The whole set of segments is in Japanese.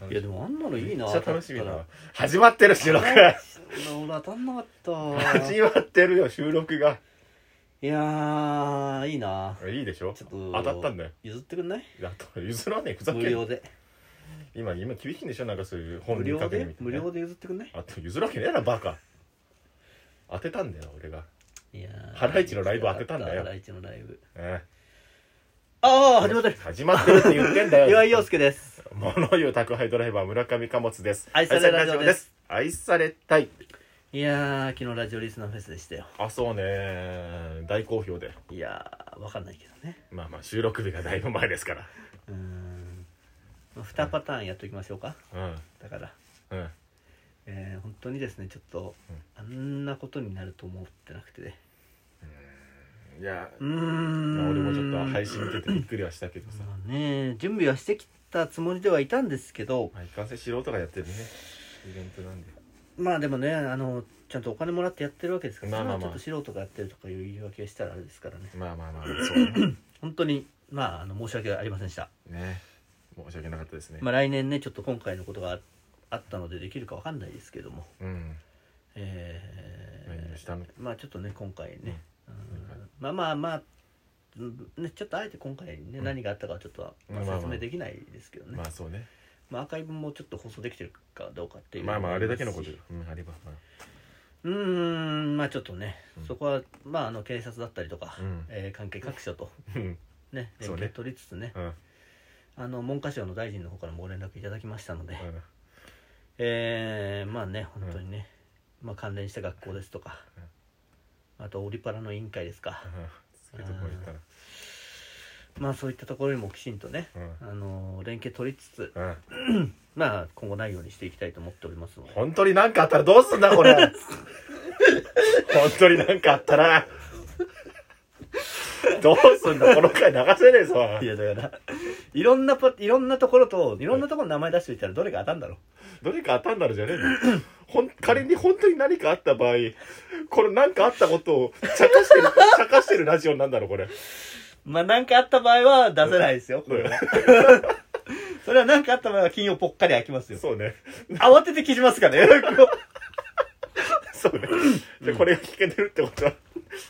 楽しいやでもあんなのいいみなめっちゃ楽しみだ当たっな始まってる収録たらあれ俺当たんなかった始まってるよ収録がいやーいいないいでしょちょっと当たったんだよ譲ってくんないだと譲らねえふざけ無んな料で今今厳しいんでしょなんかそういう本無に料かけるみでたい無な料で譲ってくんないあと譲るわけねえなバカ当てたんだよ俺がいやーハライチのライブ当てたんだよハライチのライブええああ始まってる始まってるって言ってんだよ岩井陽介です物言う宅配ドライバー村上貨物です愛されラジオです愛されラジオです愛されたいいやー昨日ラジオリスナーフェスでしたよあそうね大好評でいやーわかんないけどねまあまあ収録日がだいぶ前ですからうーん2パターンやっときましょうかうだからんうんえー本当にですねちょっと、あんなことになると思ってなくてねいや、うーんまあ、俺もちょっと配信見ててびっくりはしたけどさまあね準備はしてきたつもりではいたんですけどまあいかんせん素人がやってるねイベントなんでまあでもねあのちゃんとお金もらってやってるわけですから、まあまあまあそれはちょっと素人がやってるとかいう言い訳したらあれですからねまあまあまあそうね本当にまああの申し訳ありませんでした、ね申し訳なかったですね、まあ、来年ねちょっと今回のことがああったのでできるかわかんないですけどもうんえ何ーもしたのまあちょっとね今回ね、うんまあまあまあ、うんね、ちょっとあえて今回ね、うん何があったかはちょっとは、まあまあまあ説明できないですけどね、ままああそうねアーカイブもちょっと放送できてるかどうかっていうまあまああれだけのことうよ、うん、あればまあーんまあちょっとね、うんそこはまああの警察だったりとか、うんえー関係各所とうんね連そうね携取りつつねうんあの文科省の大臣の方からもご連絡いただきましたので、うんえーまあね本当にね、まあ関連した学校ですとか、あとオリパラの委員会ですか、そういうとこ行ったらまあそういったところにもきちんとね、うあの連携取りつつうんまあ今後ないようにしていきたいと思っておりますので本当になんかあったらどうすんだこれ本当になんかあったらどうすんだこの回流せねえぞいやだからいろんなパいろんなところといろんなところの名前出していたらどれが当たんだろどれか当たんだろじゃねえのほん仮に本当に何かあった場合この何かあったことを茶化してる茶化してるラジオなんだろこれうまあ何かあった場合は出せないですよこれはそれは何かあった場合は金曜ぽっかり開きますよそうね慌てて消しますからねそうねでこれが聞けてるってことは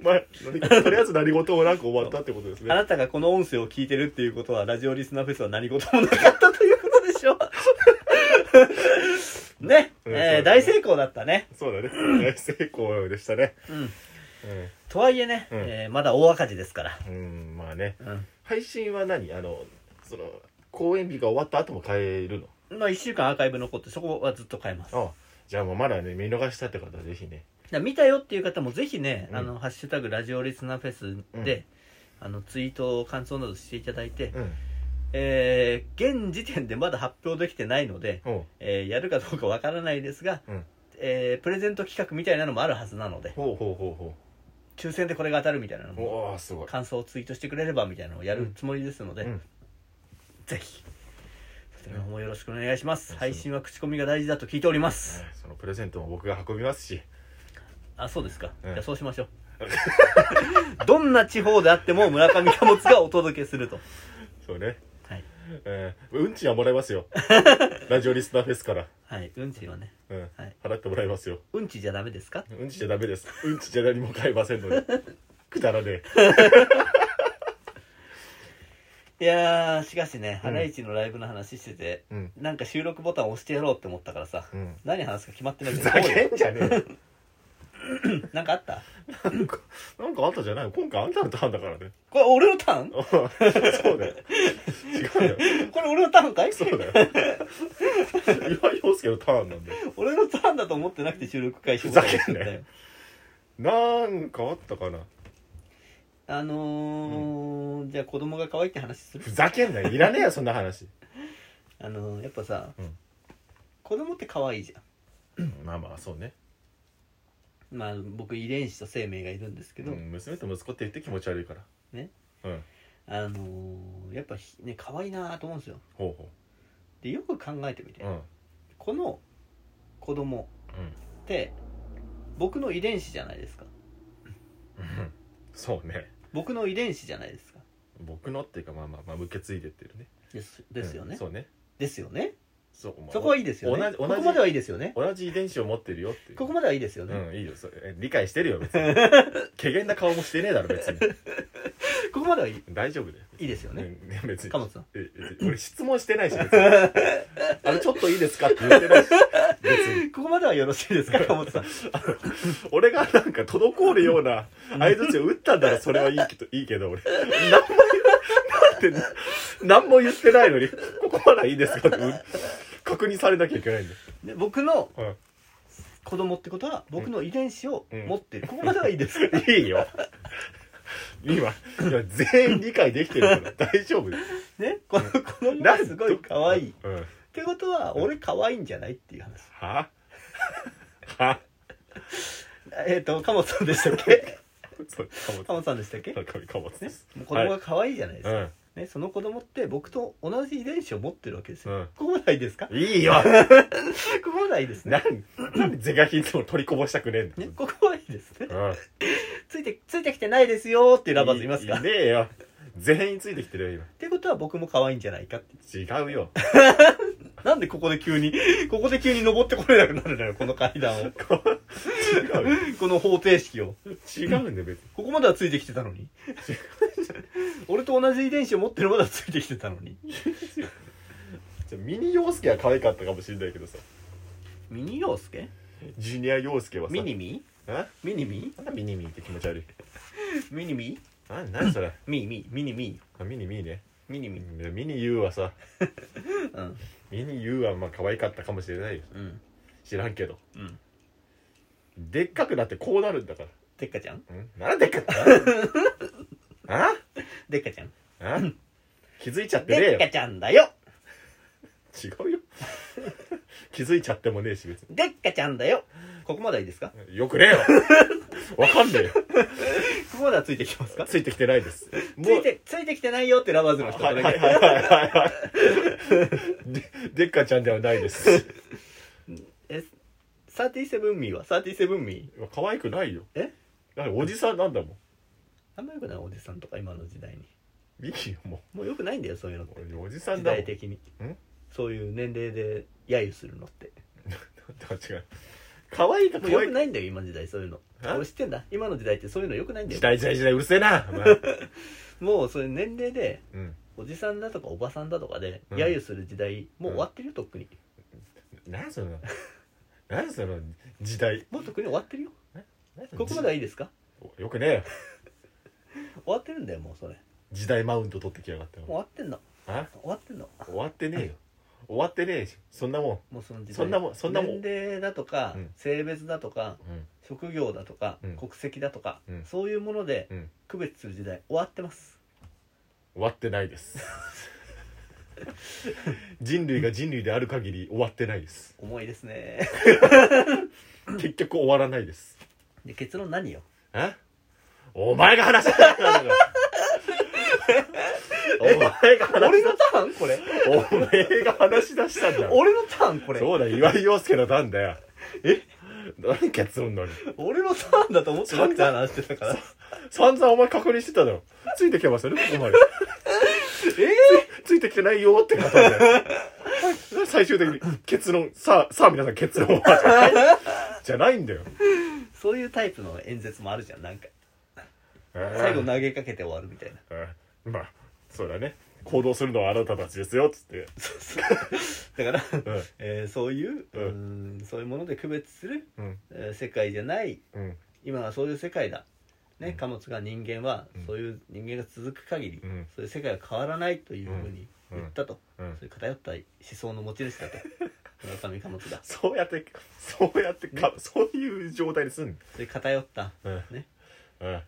まあ何かとりあえず何事もなく終わったってことです あねなたがこの音声を聞いてるっていうことはラジオリスナーフェスは何事もなかったということでしょう ね、うえんそうだーね大成功だったねそうだね大成功でしたねうんうんとはいえね、うんえーまだ大赤字ですから、うんまあねうん配信は何あのその公演日が終わった後も変えるのまあ、1週間アーカイブ残ってそこはずっと変えますだかあじゃあもうまだね見逃したって方はぜひねら見たよっていう方もぜひね「うんあのハッシュタグラジオリスナーフェスで」あのツイート感想などしていただいて、うんえー現時点でまだ発表できてないので、ほえーやるかどうかわからないですが、うんえープレゼント企画みたいなのもあるはずなのでうほうほうほ抽選でこれが当たるみたいなのうほうもおおすごい感想をツイートしてくれればみたいなのをやうるんつもりですので、うんぜひそちらの方もよろしくお願いします配信は口コミが大事だと聞いております、そのプレゼントも僕が運びますしあそうですか、うんじゃあそうしましょう どんな地方であっても村上貨物がお届けするとそうねはい、えー、うんちはもらえます よラジオリスナーフェスから、はい、うんちはねうんはい払ってもらいますようんちじゃダメですかうんちじゃダメですうんちじゃ何も買えませんのでくだらねいやーしかしねうハんライチのライブの話してて、えうんなんか収録ボタン押してやろうって思ったからさ、うん何話すか決まってないふけざどけんじゃねえよなんかあったなんかなんかあったじゃない今回あんたのターンだ からねこれ俺のターンそうだよ違うよこれ俺のターンかいそうだよ。岩井陽介のターンなんだよ。俺のターンだと思ってなくて収録開始ふざけんなよなんかあったかなあのーじゃあ子供が可愛いって話するふざけんなよ。いらねえよ、そんな話。あのーやっぱさ、うん子供って可愛いじゃまあまあ、そうね。んまあ僕遺伝子と生命がいるんですけうど、ん、娘と息子って言って気持ち悪いから。ね。うん。あのーやっぱひね可愛いなと思うんですよほうほでよく考えてみて、う。うん。うん。この子供って僕の遺伝子じゃないですかうんそうね。僕の遺伝子じゃないですか僕のっていうか、まあまあまあ、受け継いでってるね。ですですよね、うんそうね。ですよねそうまあそこはいいですよね同じこ同じこまではいいですよね同じ遺伝子を持ってるよっていうここまではいいですよね、うんいいよそれ理解してるよ別に 怪げな顔もしてねえだろ別にここまではいい大丈夫だよいいですよね、うん別に貨物さんええ俺質問してないし別にあれちょっといいですかって言ってないし別にここまではよろしいですか鴨本さん俺がなんか滞るような相槌を打ったんだらそれはいいけどいいけど俺何も言うなんて何も言ってないのにここまではいいですかってうん確認されなきゃいけないんだよ、で僕のうん子供ってことは僕の遺伝子を持ってる、ここまではいいですかいいよ。今、今全員理解できてるから大丈夫です。ねこの子供がすごい可愛いっうん。はてことはうん俺可愛いんじゃないっていう話ははえっ、ー、と鴨本さんでしたっ けそう、かも鴨つ。本さんでしたっけかもかもつねです。、もう子供が可愛いじゃないですうか、ん。ね、その子供って僕と同じ遺伝子を持ってるわけですよ、うんここまではいいですかこいいよこまではいいですなねん、なんで是が非でも取りこぼしたくねえんだねよ。ここはいいですねうん。ついてついてきてないですよーっていうラバーズいますかいねえよ。全員ついてきてるよ、ってことは僕も可愛いんじゃないかって今。違うよ。 なんでここで急にここで急に登ってこれなくなるのよこの階段を違うよ。この方程式を違うんだよ、別に。ここまではついてきてたの に俺と同じ遺伝子を持ってるまではついてきてたのにじゃあミニ洋介は可愛かったかもしれないけどさ。ミニ陽介ジュニア洋介はさ。ミニ。ミえミニミなんだミニミーって気持ち悪い。ミニミな、なにそれ。ミニミミニミあミニミーね。ミニうミんでミニ U はさうんミニ U はまあ可愛かったかもしれないようん知らんけどうんでっかくなってこうなるんだかでっかちゃんらうんなんでっかく あでっかちゃんあ気づいちゃってねでっかちゃんだよえよ違う よ気づいちゃってもねえし別にでっかちゃんだよここまではいいですかよくねえよ わかんねえよここまではついてきてますかついてきてないですついてついてきてないよってラバーズの人はいそれはいがはいはいはいででっかちゃんではないですえ37ミーは37ミー可愛くないよえだからおじさんなんだもんあんまよくないおじさんとか今の時代にミキよももうよくないんだよそういうのってうおじさん時だもん代的にんそういう年齢で揶揄するのってだから違う可愛いかも可うよ愛くくないんだよ今の時代そういうのえ俺知ってんだ今の時代ってそういうのよくないんだ時よ代時代時代うるせえな、まあもうそういう年齢でうん、おじさんだとかおばさんだとかでうん揶揄する時代もう終わってるよとっくに何その何その時代もうとっくに終わってるよ何そのここまではいいですかじよくねえよ終わってるんだよもうそれも時代マウント取ってきやがったう終わってんのあ終わってんの終わってねえよ終わってねえしそんなももうその時代そんなもんそんなもん年齢だとか、うん性別だとかん、うん、職業だとか、うん国籍だとか、うんそういうものでうん区別する時代終わってます終わってないです人類が人類である限り終わってないです重いです ね結局終わらないですで結論何よえお前が話しなかったんだろお前が話俺しのターンこれお前が話し出したんだろ俺のターンこれそうだ岩井陽介のターンだよえ何結論なの俺のターンだと思ってなくて話してたから散々お前確認してただろついてきてますよねここまで えついてきてないよって方ではい最終的に結論さあさあ皆さん 結論はじゃないじゃないんだよーそういうタイプの演説もあるじゃんなんか最後投げかけて終わるみたいなうんまあそうだね行動するのはあなたたちですよっつってだから、うんえーそういう,、ううんーん、そういうもので区別する、うんえー世界じゃないうん今はそういう世界だ、うね、ん貨物が人間はうんそういう人間が続く限り、うんそういう世界は変わらないというふうに言ったと、うんそういう偏った思想の持ち主だ と村上貨物だそうやってそうやってか、そういう状態にすんそういう偏ったうんねうん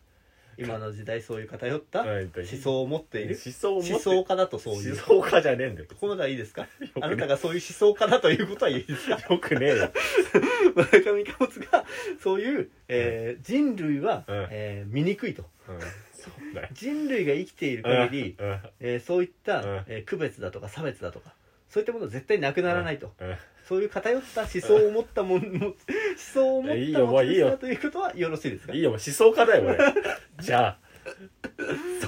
今の時代そういう偏ったうん思想を持ってい思る想を持って思想家だとそういうこ思想家じゃねえんだよこまではいいです かくねあなたがそういう思想家だということはいい ですかよくねえよ村上貨物がそういう、えー人類は、うんえー醜いとうんそうだよ人類が生きている限り、うんうんえーそういった、うんえー区別だとか差別だとかそういったもの絶対なくならないと、うんそういう偏った思想を持った もんも思想を持ったいいよもういいよということはよろしいですか いいよ、思想家だよ、俺。じゃあ、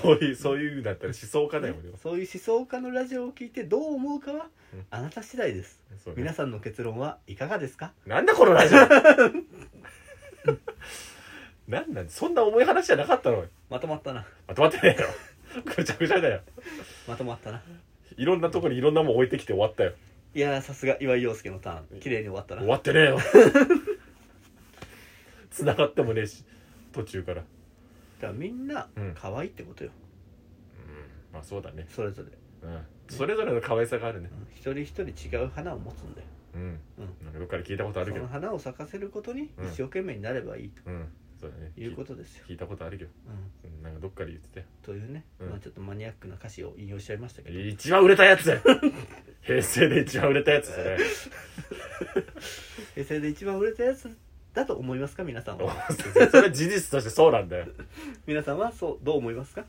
そういうそういうんだったら思想家だよ俺はそういう思想家のラジオを聞いてどう思うかはうんあなた次第ですそうね皆さんの結論はいかがですかなんだこのラジオ なんなんそんな重い話じゃなかったのまとまったなまとまってねえよぐちゃぐちゃだよまとまったないろんなとこにいろんなもん置いてきて終わったよいやーさすが岩井陽介のターン綺麗に終わったな終わってねえよ 繋がってもねえし途中からだからみんなうん可愛いってことよ、うんまあそうだねそれぞれ、うんそれぞれの可愛さがあるねうん一人一人違う花を持つんだようんうなんかどっかで聞いたことあるそけのど花を咲かせることに一生懸命になればいいとうんそうだねいうこ聞とですよ、聞いたことあるけどうん、うんなんかどっかで言ってたよというね、うんまあ、ちょっとマニアックな歌詞を引用しちゃいましたけど、一番売れたやつ 平成で一番売れたやつそ れ平成で一番売れたやつだと思いますか皆さんはそれは事実としてそうなんだよ皆さんはそうどう思いますか、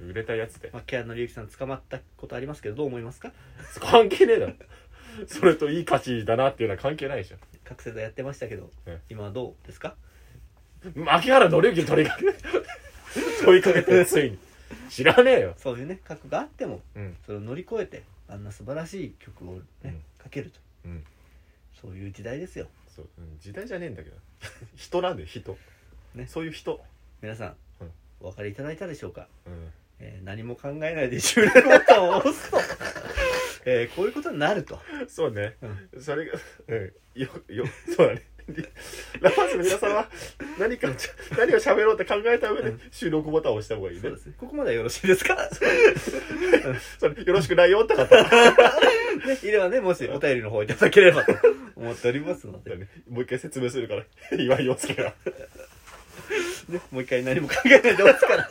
売れたやつでまあ、ケアのりゆきさん捕まったことありますけどどう思いますか関係ねえだろそれといい歌詞だなっていうのは関係ないでしょ覚醒剤やってましたけど、え今はどうですか牧原紀之に取りかけ 問いかけてついに知らねえよそういうね覚悟があってもうんそれを乗り越えてあんな素晴らしい曲をね、うんかけるとうんそういう時代ですよそううん時代じゃねえんだけど 人なんだよ人、ねそういう人、皆さん、うんお分かりいただいたでしょうか、うん、えー何も考えないで収録ボタンを押すと、 えーこういうことになるとそうね、うそれが、うん、よよそうだねラパースの皆さんは何かをち何を喋ろうって考えた上でうん収録ボタンを押した方がいいそねうですねここまではよろしいですかそれよろしくないよって方は、ねいればねもしお便りの方いただければと思っておりますので、ね、もう一回説明するから 岩井陽介がね、もう一回何も考えないで押すから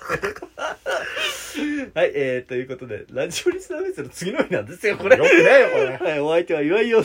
はいえー、ということでラジオリスナーベースの次の日なんですよこれよくねえよこれはい、お相手は岩井陽